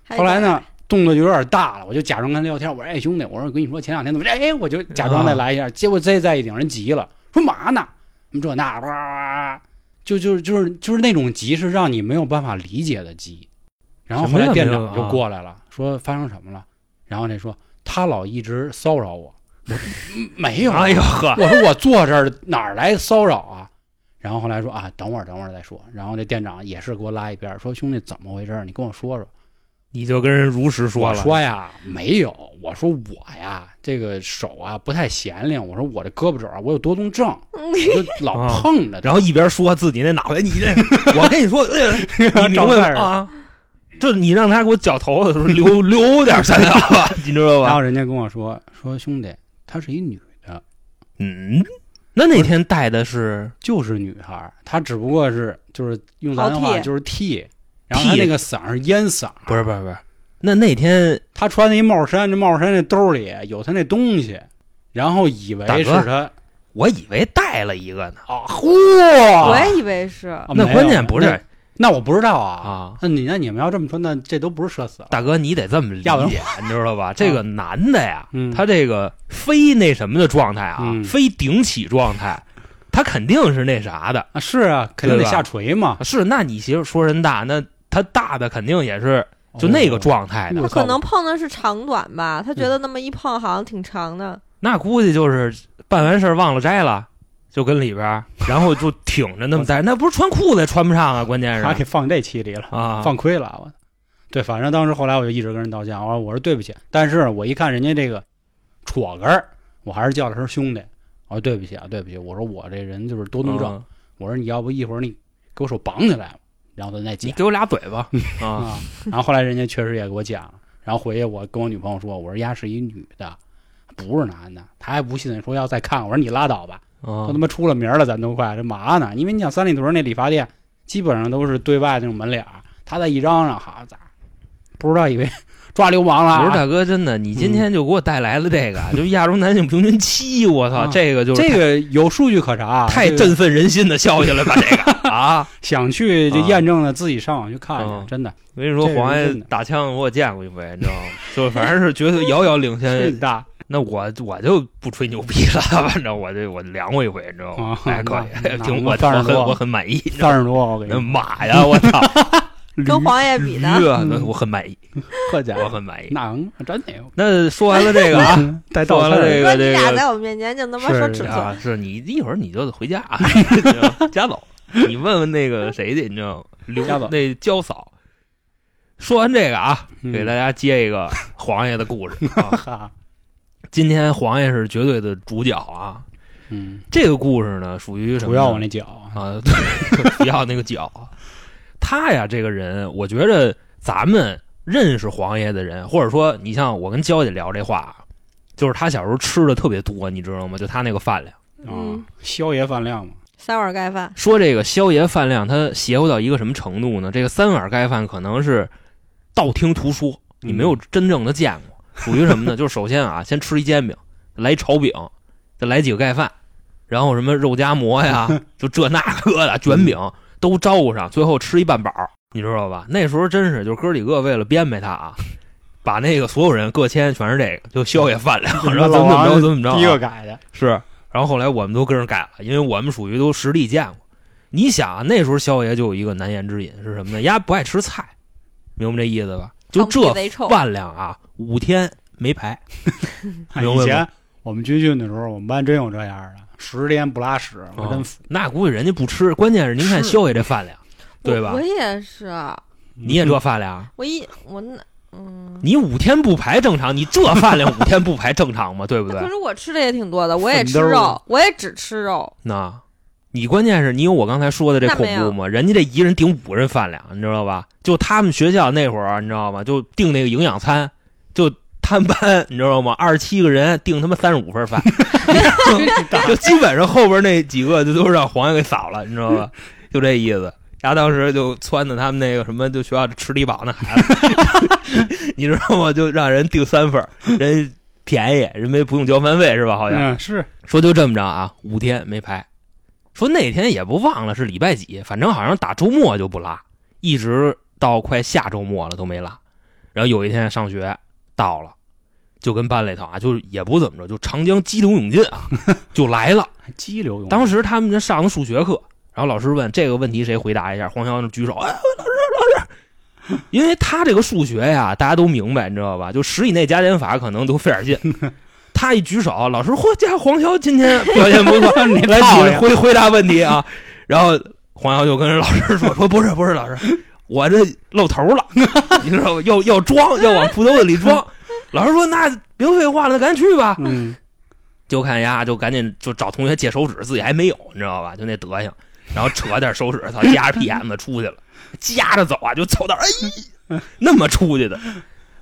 哎后来呢，动作就有点大了，我就假装跟他聊天，我说：“哎，兄弟，我说我跟你说，前两天怎么着？哎，我就假啊装再来一下。结果这再一顶，人急了，说嘛呢？你这那哇哇哇，就就就是就是那种急，是让你没有办法理解的急。然后后来什么呀店没有长啊就过来了，说发生什么了？然后那说他老一直骚扰我，我说嗯没有啊，哎呦呵，我说我坐这儿哪儿来骚扰啊？然后后来说啊，等会儿等会儿再说。然后这店长也是给我拉一边儿，说兄弟怎么回事儿？你跟我说说。你就跟人如实说我了，说呀，没有，我说我呀，这个手啊不太闲灵，我说我这胳膊肘啊，我有多动症，嗯我就老 *laughs* 啊碰着它。然后一边说自己那脑袋，你 *laughs* 这，我跟你说，哎你明找事白儿吗 *laughs* 啊？就你让他给我绞头的时候留留点三刀吧， *laughs* 你知道然后吧？人家跟我说说兄弟，她是一女的，嗯，那那天戴的是就是女孩儿，她只不过是就是用咱的好话剃就是剃，然后她剃那个嗓儿是烟嗓，不是不是不是？那那天她穿的一帽衫，这帽衫那兜里有她那东西，然后以为大哥是她我以为戴了一个呢，啊，嚯我也以为是，啊那没关有键不是那那我不知道啊。啊，那你那你们要这么说，那这都不是社死了。大哥，你得这么理要不然解，你知道吧？这个男的呀，嗯他这个非那什么的状态啊，嗯非顶起状态，他肯定是那啥的。啊，是啊，肯定对得吧下垂嘛，是，那你媳妇说人大，那他大的肯定也是就那个嗯状态的，哦他可能碰的是长短吧，他觉得那么一碰好像挺长的，那估计就是办完事儿忘了摘了。就跟里边儿，然后就挺着那么戴，那不是穿裤子也穿不上啊，关键是他给放这期里了，啊，放亏了我。对，反正当时后来我就一直跟人道歉，我说我说对不起，但是我一看人家这个戳根儿，我还是叫了声兄弟，我说对不起啊，对不起，我说我这人就是多动症，嗯我说你要不一会儿你给我手绑起来，然后咱再你讲给我俩嘴巴 *laughs* 啊，啊。然后后来人家确实也给我讲了，然后回去我跟我女朋友说，我说丫是一女的，不是男的，她还不信，说要再看，我说你拉倒吧，都啊他妈出了名儿了，咱都快这嘛呢？因为你想三里屯那理发店，基本上都是对外那种门脸儿，他在一嚷嚷，好咋，不知道以为抓流氓了我说啊、大哥，真的，你今天就给我带来了这个，就亚洲男性平均七，我操，啊这个就是这个有数据可查，啊太这个振奋人心的消息了吧？*laughs* 这个啊，想去就啊验证了，自己上网去看啊去，真的我跟你说，这是黄爷真的 *laughs* 打枪我也见过一回，你知道吗？就反正是觉得遥遥领太先大。那我我就不吹牛逼了， *laughs* 反正我就我量过一回，你知道吗？啊还可那那 *laughs* 以，挺我我当然我很多我很满意。三十多，我给那你 *laughs* 马呀，我操，跟黄爷比的，这嗯我很满意，特家我很满意。那嗯真的有那说完了这个 *laughs* 啊，啊，带说倒完刺了儿这个说你这俩个在我面前就他妈说是尺寸，啊，是你一会儿你就得回家 *laughs* 啊，就家走，你问问那个谁去，你知道吗？刘家走那娇嫂。说完这个啊，嗯给大家接一个黄爷的故事啊。 *laughs* 哈，今天黄爷是绝对的主角啊。嗯，这个故事呢，属于什么呢？不要我那脚，啊， *laughs* 对，不要那个脚。他呀，这个人，我觉着咱们认识黄爷的人，或者说你像我跟娇姐聊这话啊，就是他小时候吃的特别多，你知道吗？就他那个饭量。啊嗯，宵夜饭量嘛，三碗盖饭，说这个宵夜饭量，他邪乎到一个什么程度呢？这个三碗盖饭可能是道听途说，你没有嗯真正的见过，属于 *laughs* 什么呢？就是首先啊，先吃一煎饼，来一炒饼，再来几个盖饭，然后什么肉夹 *laughs* 馍呀，就这那个的卷饼都招呼上，最后吃一半饱，你知道吧？那时候真是就哥几个为了编排他 *laughs* 啊。把那个所有人各签全是这个，就宵夜 *laughs* 饭量，然后怎么怎么着怎么着啊、第一个改的，是，然后后来我们都跟着改了，因为我们属于都实地见过。你想啊，那时候肖爷就有一个难言之隐是什么呢？丫不爱吃菜，明白这意思吧？就放屁这贼臭，饭量啊，五天没排， *laughs* 明白吗以前我们军训的时候，我们班真有这样的，十天不拉屎，哦我真服。那估计人家不吃。关键是您看是肖爷这饭量，对吧我我也是，你也嗯这饭量，我一我那嗯，你五天不排正常，你这饭量五天不排正常吗？对不可对？是我吃的也挺多的，我也吃粉豆肉儿，我也只吃肉，那，你关键是你有我刚才说的这那恐没怖有吗？人家这一人顶五人饭量，你知道吧？就他们学校那会儿，你知道吗？就订那个营养餐，就他们班，你知道吗？二十七个人订他妈三十五份饭， *laughs* 就基本上后边那几个就都让黄爷给扫了，你知道吧？就这意思。丫当时就撺掇他们那个什么，就学校吃低保那孩子， *laughs* 你知道吗？就让人订三份儿，人便宜，人没不用交饭费是吧？好像、嗯，是说就这么着啊，五天没拍，说那天也不忘了是礼拜几，反正好像打周末就不拉，一直到快下周末了都没拉。然后有一天上学到了，就跟班里头啊，就是也不怎么着，就长江激流勇进啊，就来了。还激流勇进。当时他们这上的数学课，然后老师问这个问题谁回答一下，黄潇就举手，哎，老师老师，因为他这个数学呀，大家都明白，你知道吧？就十以内加减法可能都费点劲。他一举手，老师，嚯家黄潇今天表现不错，你来操几呀个回回答问题啊。然后黄潇就跟人老师说 *laughs* 说不是不是老师，我这露头了，你知道吧？要要装，要往裤兜子里装。老师说那别废话了，那赶紧去吧。 *laughs* 嗯，就看丫就赶紧就找同学借手指，自己还没有，你知道吧？就那德行，然后扯点手指，操，夹着屁眼子出去了，夹着走啊，就凑到哎，那么出去的。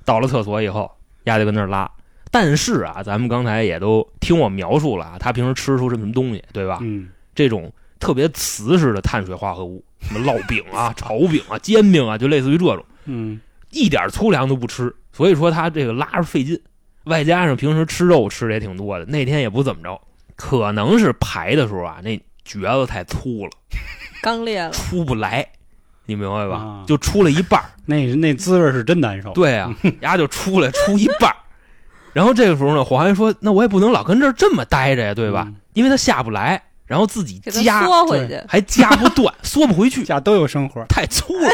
到了厕所以后，丫就跟那儿拉。但是啊，咱们刚才也都听我描述了啊，他平时吃出什么东西，对吧？嗯，这种特别瓷实的碳水化合物，什么烙饼啊、炒饼啊、煎饼啊，就类似于这种。嗯，一点粗粮都不吃，所以说他这个拉着费劲，外加上平时吃肉吃的也挺多的，那天也不怎么着，可能是排的时候啊，那橛子太粗了，刚裂了，出不来，你明白吧？啊哦就出了一半儿，那那滋味是真难受。*laughs* 对啊，丫就出来出一半儿。然后这个时候呢，黄安说：“那我也不能老跟这儿这么待着呀，对吧？嗯？因为他下不来，然后自己给他夹缩回去，还夹不 *laughs* 断，缩不回去，嗯家都有生活，太粗了。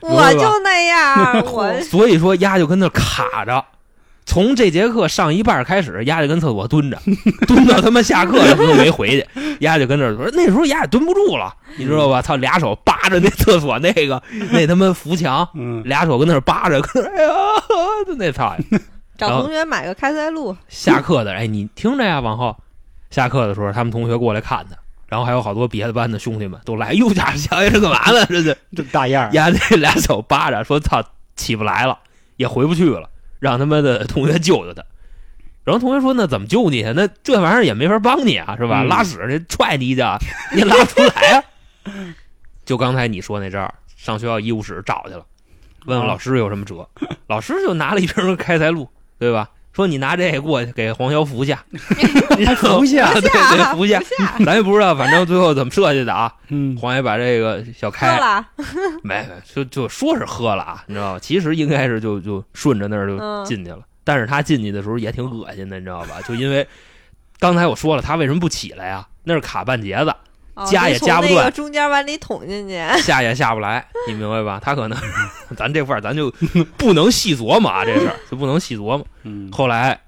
我就那 *laughs* 样，我所以说丫就跟那儿卡着。从这节课上一半儿开始，丫就跟厕所蹲着，蹲到他妈下课的时候没回去，丫就跟那儿说，那时候丫也蹲不住了，你知道吧？操，俩手扒着那厕所那个那他妈扶墙，嗯，俩手跟那儿扒着，跟那儿哎呀，就那操！然找后同学买个开塞露，下课的，哎，你听着呀，往后下课的时候，他们同学过来看他，然后还有好多别的班的兄弟们都来，哟，家伙小爷这干嘛呢？这是。这大样 *laughs* 儿，丫这俩手扒着，说操，起不来了，也回不去了，让他们的同学救救他。然后同学说：“那怎么救你啊？那这玩意儿也没法帮你啊，是吧？嗯拉屎这踹你一脚，你也拉不出来啊。” *laughs* 就刚才你说那阵儿，上学校医务室找去了，问问老师有什么辙，老师就拿了一瓶开塞露，对吧？说你拿这个过去给黄潇 *laughs* 服下，你知道吗服下 *laughs* 对对，服下不，下，咱也不知道，反正最后怎么设计的啊。嗯，黄爷把这个小开够了，没没，就就说是喝了啊，你知道吗？其实应该是就就顺着那儿就嗯进去了，但是他进去的时候也挺恶心的，你知道吧？就因为刚才我说了，他为什么不起来呀？那是卡半截子，哦夹就哎也从夹不那个断中间往里捅 *laughs* 进去。下也下不来，你明白吧？他可能咱这块儿咱就不能细琢磨啊，这事儿就不能细琢磨。嗯，后来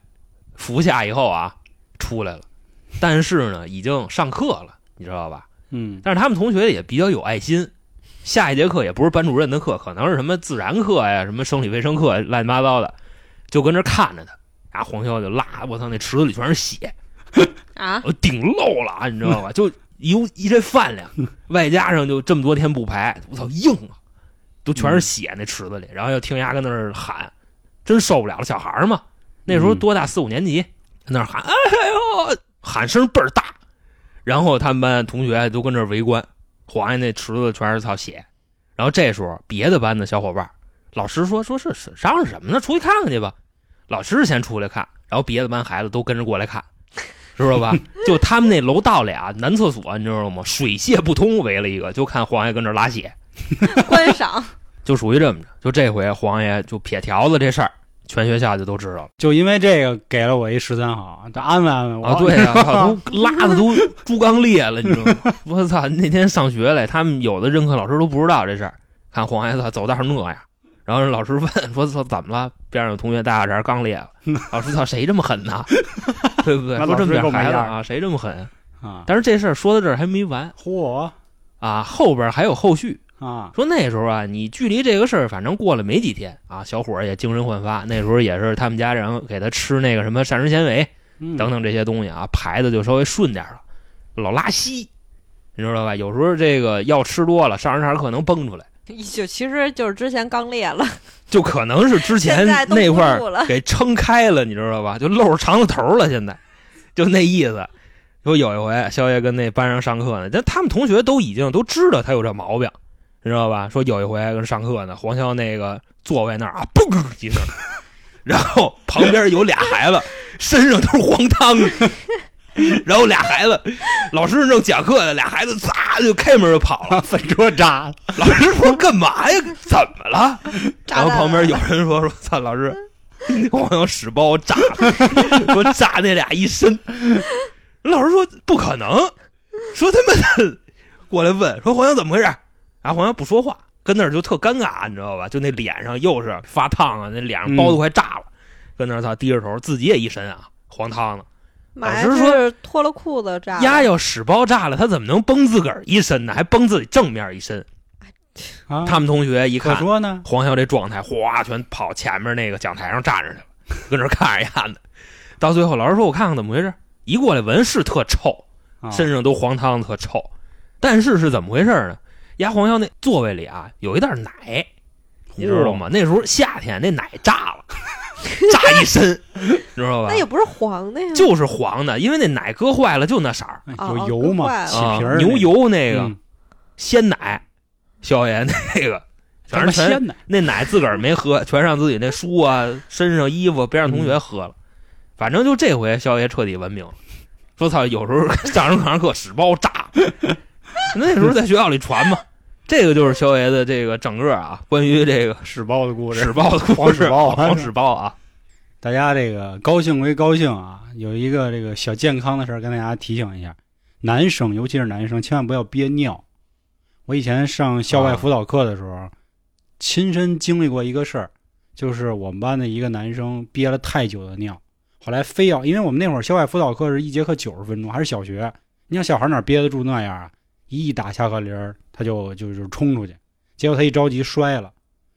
服下以后啊，出来了，但是呢，已经上课了，你知道吧？嗯，但是他们同学也比较有爱心，下一节课也不是班主任的课，可能是什么自然课呀、什么生理卫生课，乱七八糟的，就跟这儿看着他。啊，黄潇就拉，我操，那池子里全是血，啊，我顶漏了啊，你知道吧？就一一这饭量，外加上就这么多天不排，我操，硬啊，都全是血那池子里。然后又听丫跟那儿喊，真受不了了，小孩儿嘛，那时候多大，四五年级，在那儿喊，哎呦，喊声倍儿大。然后他们班同学都跟这儿围观，皇上那池子全是操血。然后这时候别的班的小伙伴儿，老师说说是是嚷嚷什么呢？出去看看去吧。老师先出来看，然后别的班孩子都跟着过来看，知道吧？就他们那楼道里啊，男厕所你知道吗？水泄不通，围了一个，就看皇爷跟这儿拉血，观赏就属于这么着。就这回皇爷就撇条子这事儿，全学校就都知道了。就因为这个给了我一十三好，这安慰安慰我。啊，对 *laughs* 呀、操都拉的都猪刚裂了，你知道吗？我操，那天上学来，他们有的任课老师都不知道这事儿，看黄孩子走道上那样，然后老师问说：“操，怎么了？”边上有同学大眼儿刚裂了，老师操，谁这么狠 *laughs* 呐？对不对？那说老这师么够点没孩子样儿啊，谁这么狠？啊，但是这事儿说到这儿还没完嚯啊，后边还有后续。啊，说那时候啊，你距离这个事儿反正过了没几天啊，小伙儿也精神焕发。那时候也是他们家人给他吃那个什么膳食纤维，嗯等，等这些东西啊，排的就稍微顺点儿了，老拉稀，你知道吧？有时候这个药吃多了，上着上着课能蹦出来， *laughs* 就其实就是之前刚裂了，就可能是之前现在都那块不儿住 *laughs* 了给撑开了，你知道吧？就露着肠子头儿了，现在就那意思。说有一回，肖爷跟那班上上课呢，但他们同学都已经都知道他有这毛病，你知道吧？说有一回跟上课呢，黄潇那个座位那儿啊，嘣一声，然后旁边有俩孩子身上都是黄汤， *laughs* 然后俩孩子，老师正讲课呢，俩孩子咋就开门就跑了。粉桌扎了，老师说干嘛呀？怎么了？炸然弹后了旁边有人说说操，老师，我用屎把我炸了， *laughs* 说炸那俩一身。老师说不可能，说他妈的过来问说黄洋怎么回事？啊，黄洋不说话，跟那儿就特尴尬，你知道吧？就那脸上又是发烫啊，那脸上嗯包都快炸了，跟那儿操低着头，自己也一身啊黄汤呢。马老上师说是脱了裤子炸了，丫要屎包炸了，他怎么能崩自个儿一身呢？还崩自己正面一身。啊他们同学一可看，说呢，黄潇这状态，哗，全跑前面那个讲台上站着去了，跟那儿看着丫的。到最后，老师说：“我看看怎么回事。”一过来闻是特臭，啊身上都黄汤特臭，但是是怎么回事呢？丫黄潇那座位里啊有一袋奶，你知道吗？那时候夏天那奶炸了， *laughs* 炸一身，你知道吧那？也不是黄的呀，就是黄的，因为那奶搁坏了就那色儿哎哦有油哦嘛，怪了起啊皮儿，牛油那个嗯，鲜奶，萧爷那个他全妈是全鲜的，那奶自个儿没喝，全让自己那书啊、身上衣服、边嗯上同学喝了。反正就这回，肖爷彻底文明了。说操，有时候上着上着课屎包炸，那时候在学校里传嘛。这个就是肖爷的这个整个啊，关于这个屎包的故事，屎包的故黄事，屎包啊黄屎包啊，大家这个高兴归高兴啊，有一个这个小健康的事儿跟大家提醒一下，男生尤其是男生千万不要憋尿。我以前上校外辅导课的时候，亲身经历过一个事儿，就是我们班的一个男生憋了太久的尿，后来非要，因为我们那会儿校外辅导课是一节课九十分钟，还是小学，你想小孩哪憋得住那样啊？一打下课铃儿，他就就就冲出去，结果他一着急摔了，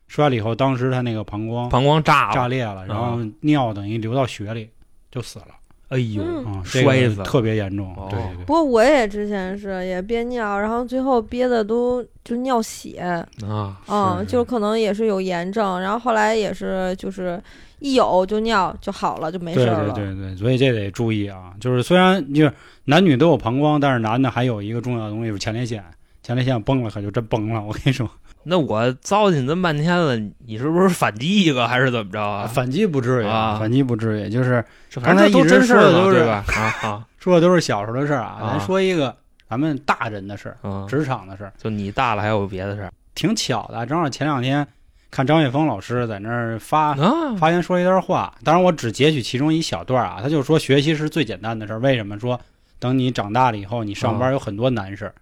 摔了以后，当时他那个膀胱膀胱炸炸了，啊裂了，然后尿等于流到血里就死了，哎呦，嗯啊，摔这个死了特别严重哦，对对对，不过我也之前是也憋尿，然后最后憋的都就尿血，啊，嗯，是就可能也是有炎症，然后后来也是就是一有就尿就好了，就没对事儿了。对对对，所以这得注意啊，就是虽然就是男女都有膀胱，但是男的还有一个重要的东西就是前列腺，前列腺崩了可就真崩了，我跟你说，那我糟践这么半天了，你是不是反击一个还是怎么着啊？反击不至于，啊反击不至于，就是这反正刚才一这都直真事儿说的嘛都是对吧？啊啊说的都是小时候的事儿啊，啊咱说一个咱们大人的事儿，嗯，职场的事儿，就你大了还有别的事儿挺巧的，正好前两天看张雪峰老师在那儿发啊，发言说了一段话，当然我只截取其中一小段啊。他就说学习是最简单的事儿，为什么说等你长大了以后，你上班有很多难事儿？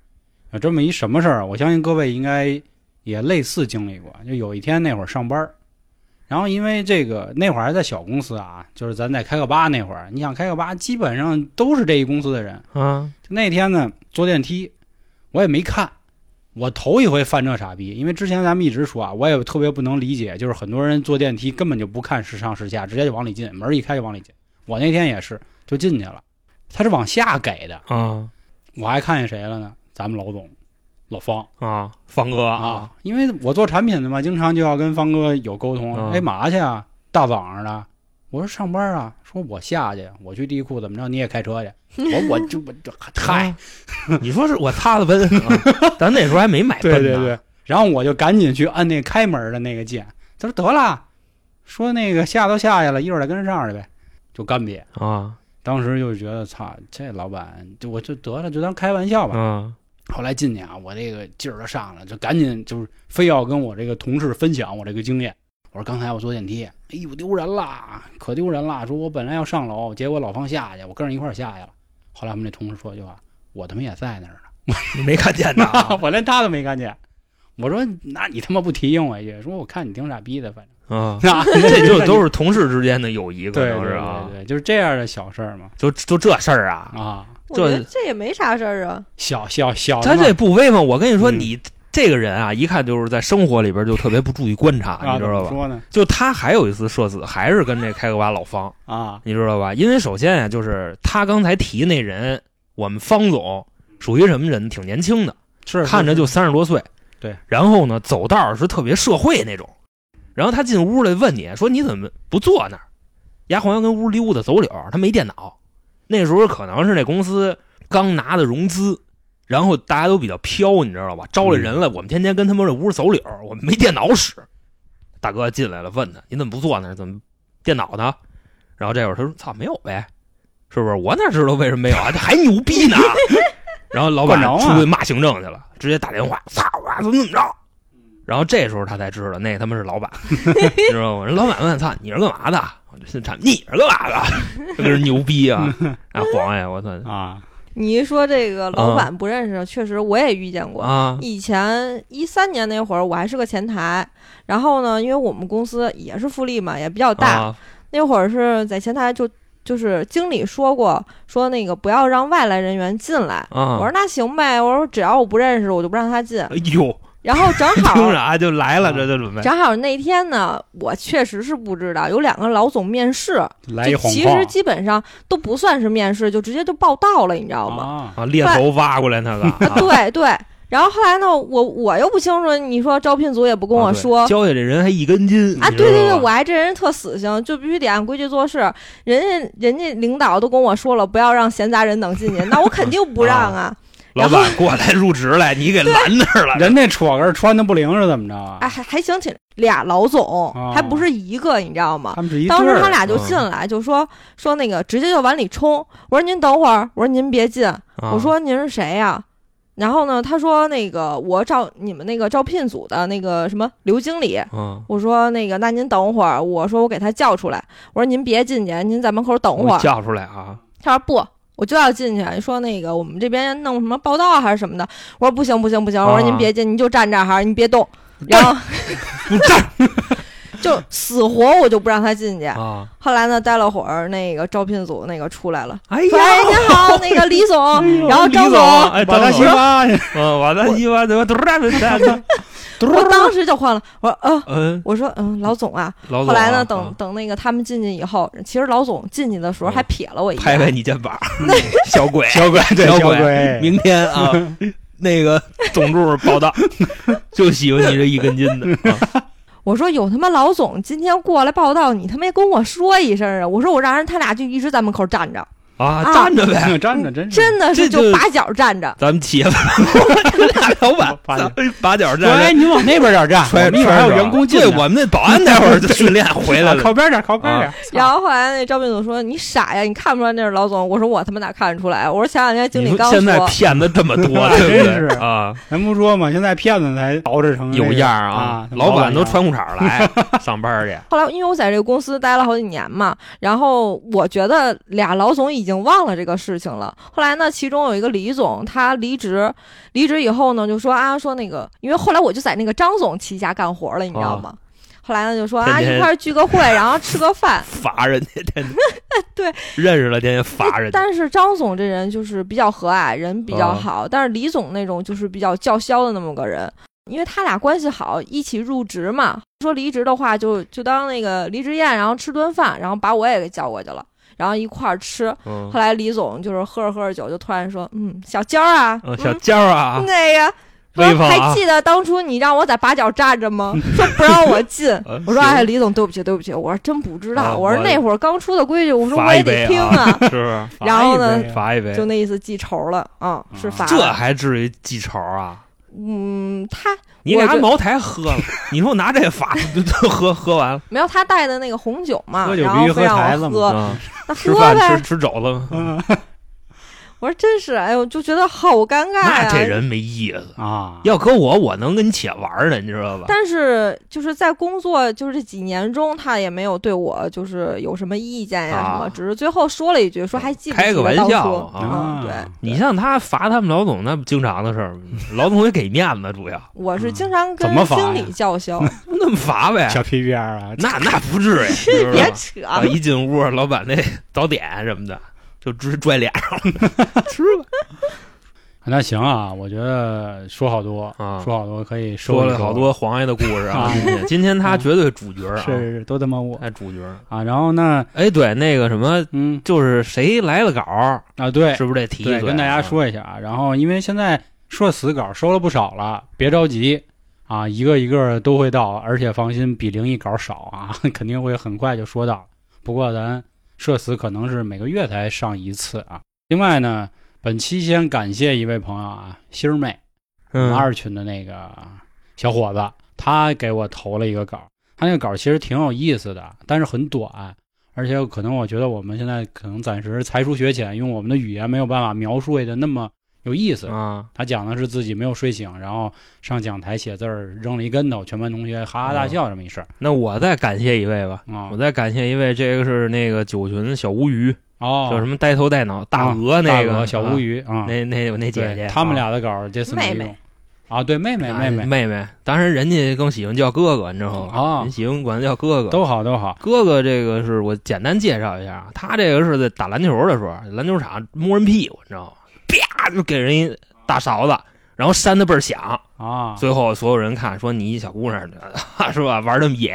有这么一什么事儿？我相信各位应该也类似经历过。就有一天那会儿上班儿，然后因为这个那会儿还在小公司啊，就是咱在开个吧那会儿，你想开个吧，基本上都是这一公司的人。啊，那天呢，坐电梯，我也没看，我头一回犯这傻逼，因为之前咱们一直说啊，我也特别不能理解，就是很多人坐电梯根本就不看时上时下，直接就往里进，门一开就往里进。我那天也是，就进去了，他是往下给的，啊我还看见谁了呢？咱们老总，老方啊，方哥啊，因为我做产品的嘛，经常就要跟方哥有沟通，嗯哎，嘛去啊？大早上的。我说上班啊，说我下去，我去地库怎么着？你也开车去？我我就我就嗨，嗨，啊你说是我擦的奔， *laughs* 啊咱那时候还没买奔对呢，对对，然后我就赶紧去按那开门的那个键。他说得了，说那个下都下去了，一会儿再跟着上去呗，就干瘪。啊当时就觉得操，这老板就我就得了，就当开玩笑吧。啊后来进去啊，我这个劲儿都上了，就赶紧就是非要跟我这个同事分享我这个经验。我说刚才我坐电梯，哎呦丢人啦，可丢人啦！说我本来要上楼，结果老方下去，我跟着一块儿下去了。后来我们这同事说一句话，我他妈也在那儿。你没看 *laughs* 见呐？啊 *laughs* 我连他都没看见。我说，那你他妈不提醒我一句？说我看你挺傻逼的，反正，啊那 *laughs* 这就都是同事之间的友谊，可对能对是啊对，对，就是这样的小事儿嘛。就就这事儿啊，啊，我觉得这这也没啥事儿啊。小小小的他嘛，这不威风。我跟你说，嗯你这个人啊，一看就是在生活里边就特别不注意观察，啊，你知怎么道吧？说呢？就他还有一次社死，还是跟这开个吧老方，啊，你知道吧？因为首先啊，就是他刚才提那人，我们方总属于什么人？挺年轻的，是看着就三十多岁。对，然后呢，走道儿是特别社会那种。然后他进屋来问你说：“你怎么不坐那儿？”丫黄要跟屋溜达走柳儿，他没电脑。那时候可能是那公司刚拿的融资，然后大家都比较飘，你知道吧？招来人了，嗯我们天天跟他们这屋走柳儿，我们没电脑使。大哥进来了，问他：“你怎么不坐那儿？怎么电脑呢？”然后这会儿他说：“操，没有呗，是不是？我哪知道为什么没有啊？这还牛逼 *laughs* 呢！”然后老管板着啊出去骂行政去了，直接打电话：“操啊，怎么怎么着？”然后这时候他才知道，那他妈是老板， *laughs* 你知道吗？人老板问：“操，你是干嘛的？”我这产你是干嘛的？ *laughs* 这是牛逼啊！啊，黄爷，我操是啊，你一说这个老板不认识，确实我也遇见过。嗯啊！以前一三年那会儿，我还是个前台，然后呢，因为我们公司也是复利嘛，也比较大，啊那会儿是在前台就就是经理说过，说那个不要让外来人员进来。啊！我说那行呗，我说只要我不认识，我就不让他进。哎呦，然后正 *laughs* 好听着啊，就来了，啊这就准备正好那天呢，我确实是不知道有两个老总面试，来一就谎其实基本上都不算是面试，就直接就报到了，你知道话吗？啊，啊，猎头挖过来那 *laughs* 个，啊对对。然后后来呢，我我又不清楚，你说招聘组也不跟我说，啊对交下这人还一根筋啊，你对知对道对，我吧还这人特死性，就必须得按规矩做事。人家人家领导都跟我说了，不要让闲杂人等进去，那我肯定不让啊。老板过来入职来，你给拦那儿了，人那戳根儿穿的不灵是怎么着啊？哎，还还想起俩老总，啊还不是一个，你知道吗？他们是一对当时他儿俩就进来，就说说那个直接就往里冲。我说您等会儿，我说您别进，我说您是谁呀、然后呢，他说那个我找你们那个招聘组的那个什么刘经理，嗯，我说那个，那您等会儿。我说我给他叫出来。我说您别进去，您在门口等会我儿。叫出来啊，他说不，我就要进去。啊说那个我们这边弄什么报道还是什么的。我说不行不行不行，我啊说您别进，您就站这儿哈，您别动。然后你站 *laughs* 就死活我就不让他进去。啊，后来呢，待了会儿，那个招聘组那个出来了，哎呀说：“哎，您好，那个李总，然后张李总总。哎，把他张总媳吧， *laughs* 嗯，我的一般怎么嘟哒嘟哒嘟哒，”我当时就慌了，我说：“呃，嗯，我说嗯，老总啊。”老总啊，后来呢，啊等等那个他们进去以后，其实老总进去的时候还嗯瞥了我一眼，拍拍你肩膀，小鬼，小鬼对小小鬼鬼，明天啊，那个总助报道，就喜欢你这一根筋的啊我说有他妈老总今天过来报道，你他妈也跟我说一声啊！我说我让人他俩就一直在门口站着，啊啊，啊站 *laughs* 着呗，站着真是真的是嗯这就就把脚站着，咱们企业大老板把脚把脚站着喂，哎你往那边点站，揣我们一会儿还有揣着员工进对，来， *laughs* 我们那保安待会儿就训练回来了，啊靠边点，靠边点。啊然后后来那招聘组说：“你傻呀，你看不出来那是老总。”我说：“我他妈哪看得出来？”啊我说：“前两天经你理说刚现在说，骗子这么 *laughs* 多，啊对不真是对啊？咱不说嘛，现在骗子才捯饬嗯成有样儿啊，嗯老板都穿。穿裤衩儿 *laughs* 来上班儿去。后来因为我在这个公司待了好几年嘛，然后我觉得俩老总已经忘了这个事情了。后来呢，其中有一个李总，他离职，离职以后呢，就说啊，说那个，因为后来我就在那个张总旗下干活了，你知道吗？后来呢，就说啊，啊天天一块儿聚个会，然后吃个饭。罚人家天天 *laughs* 对，认识了天天罚人家，但是张总这人就是比较和蔼，人比较啊好，但是李总那种就是比较叫嚣的那么个人，因为他俩关系好，一起入职嘛。说离职的话就，就当那个离职宴，然后吃顿饭，然后把我也给叫过去了，然后一块儿吃。嗯后，来李总就是喝着喝着酒，就突然说：“嗯，小娇儿啊，嗯小娇儿啊嗯，那个。”说威风啊还记得当初你让我在把脚站着吗？说不让我 *laughs* 进，呃我说行哎，李总对不起对不起，我说真不知道，啊我说我那会儿刚出的规矩，我说罚我也一杯得听啊啊，是不是然后哎呢罚一杯就？那意思记仇了啊、是罚这了。还至于记仇啊？嗯，他你我拿这茅台喝了，你说我拿这罚就就喝喝完没有他带的那个红酒嘛，喝酒然必须后喝非让台我子嘛喝，啊，那吃喝饭吃呗。吃肘子，嗯我说真是，哎呦，就觉得好尴尬哎呀、那这人没意思。啊，要搁我，我能跟你且玩儿呢，你知道吧？但是就是在工作就是这几年中，他也没有对我就是有什么意见呀、什么，啊只是最后说了一句，说还记不记开得个玩当初笑啊嗯，对，你像他罚他们老总，那不经常的事儿吗？老总也给面子，主要我是嗯经常怎跟么罚经呀理叫嚣，那么罚呗。小 PBR 啊，那那不至于，知道 *laughs* 吧别扯。啊，一进屋，老板那早点什么的就直拽脸上了，吃吧。那行啊，我觉得说好多，啊说好多可以收说一了收好多黄爷的故事啊啊， *laughs* 今天今天他绝对主角啊，是是都他妈我哎主角。啊。然后呢，哎，对，那个什么，嗯就是谁来了稿，啊，对是不是得提一对，嘴？跟大家说一下啊。然后因为现在社死稿收了不少了，别着急啊，一个一个都会到，而且放心，比灵异稿少啊， *laughs* 肯定会很快就说到。不过咱社死可能是每个月才上一次啊。另外呢，本期先感谢一位朋友啊，星儿妹。我们嗯，二群的那个小伙子，他给我投了一个稿，他那个稿其实挺有意思的，但是很短，而且可能我觉得我们现在可能暂时才疏学浅，用我们的语言没有办法描述的那么有意思。啊，他讲的是自己没有睡醒，然后上讲台写字儿，扔了一跟头，全班同学哈哈大笑这么一事儿那我再感谢一位吧，啊我。再感谢一位，这个是那个九群小乌鱼，哦，叫什么呆头呆脑大啊鹅那大个鹅小乌鱼，鱼啊，那那那姐对姐，他们啊俩的稿这次没妹妹用啊，对妹妹妹啊妹妹妹，当然人家更喜欢叫哥哥，你知道吗？哦人喜欢管他叫哥哥。都好都好，哥哥这个是我简单介绍一下啊，他这个是在打篮球的时候，篮球场摸人屁股，你知道吗？啪就给人一大勺子，然后扇的倍儿响。啊最后所有人看说你一小姑娘 *laughs* 是吧，玩这么野，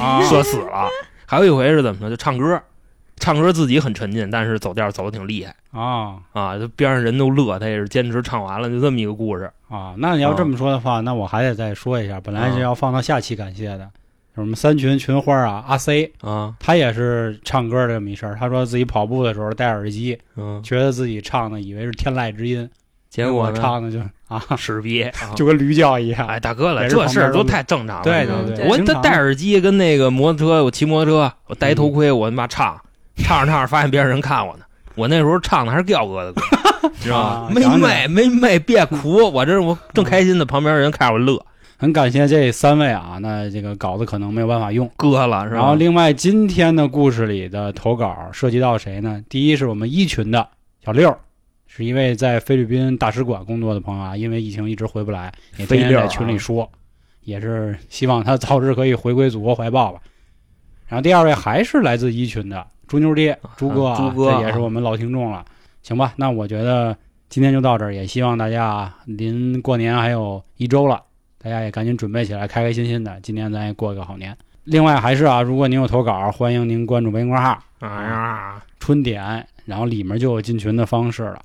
啊社死了。还有一回是怎么着，就唱歌，唱歌自己很沉浸，但是走调走的挺厉害啊啊，就边上人都乐，他也是坚持唱完了，就这么一个故事。啊，那你要这么说的话，那我还得再说一下，本啊来是要放到下期感谢的，有什么三群群花啊，阿 C，啊，他也是唱歌这么一事儿，他说自己跑步的时候戴耳机，嗯，觉得自己唱的以为是天籁之音，结果我呢，唱的就啊，屎逼，啊就跟驴叫一样，哎，大哥了，也是这旁事边儿的都路太正常了。对对你知道吗对我嗯经他常戴耳机跟那个摩托车，我骑摩托车，我戴一头嗯盔，我他妈唱，唱着唱着发现别人看我呢。我那时候唱的还是调 *laughs* 哥的歌，你知道吗啊？没想起妹来嗯没妹，别哭，我这是我正开心呢，旁边人看着我乐，很感谢这三位啊，那这个稿子可能没有办法用。割了是然后吧？另外今天的故事里的投稿涉及到谁呢？第一是我们一群的小六，是一位在菲律宾大使馆工作的朋友啊，因为疫情一直回不来，也天天在群啊里说，也是希望他早日可以回归祖国怀抱吧。然后第二位还是来自一群的猪妞爹猪哥、啊，啊猪哥啊这也是我们老听众了。行吧，那我觉得今天就到这儿，也希望大家啊临过年还有一周了，大家也赶紧准备起来，开开心心的，今年咱也过个好年。另外还是啊，如果您有投稿，欢迎您关注微信公众号哎呀， “春点”，然后里面就有进群的方式了，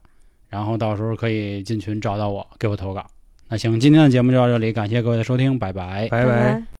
然后到时候可以进群找到我，给我投稿。那行，今天的节目就到这里，感谢各位的收听，拜拜。拜拜。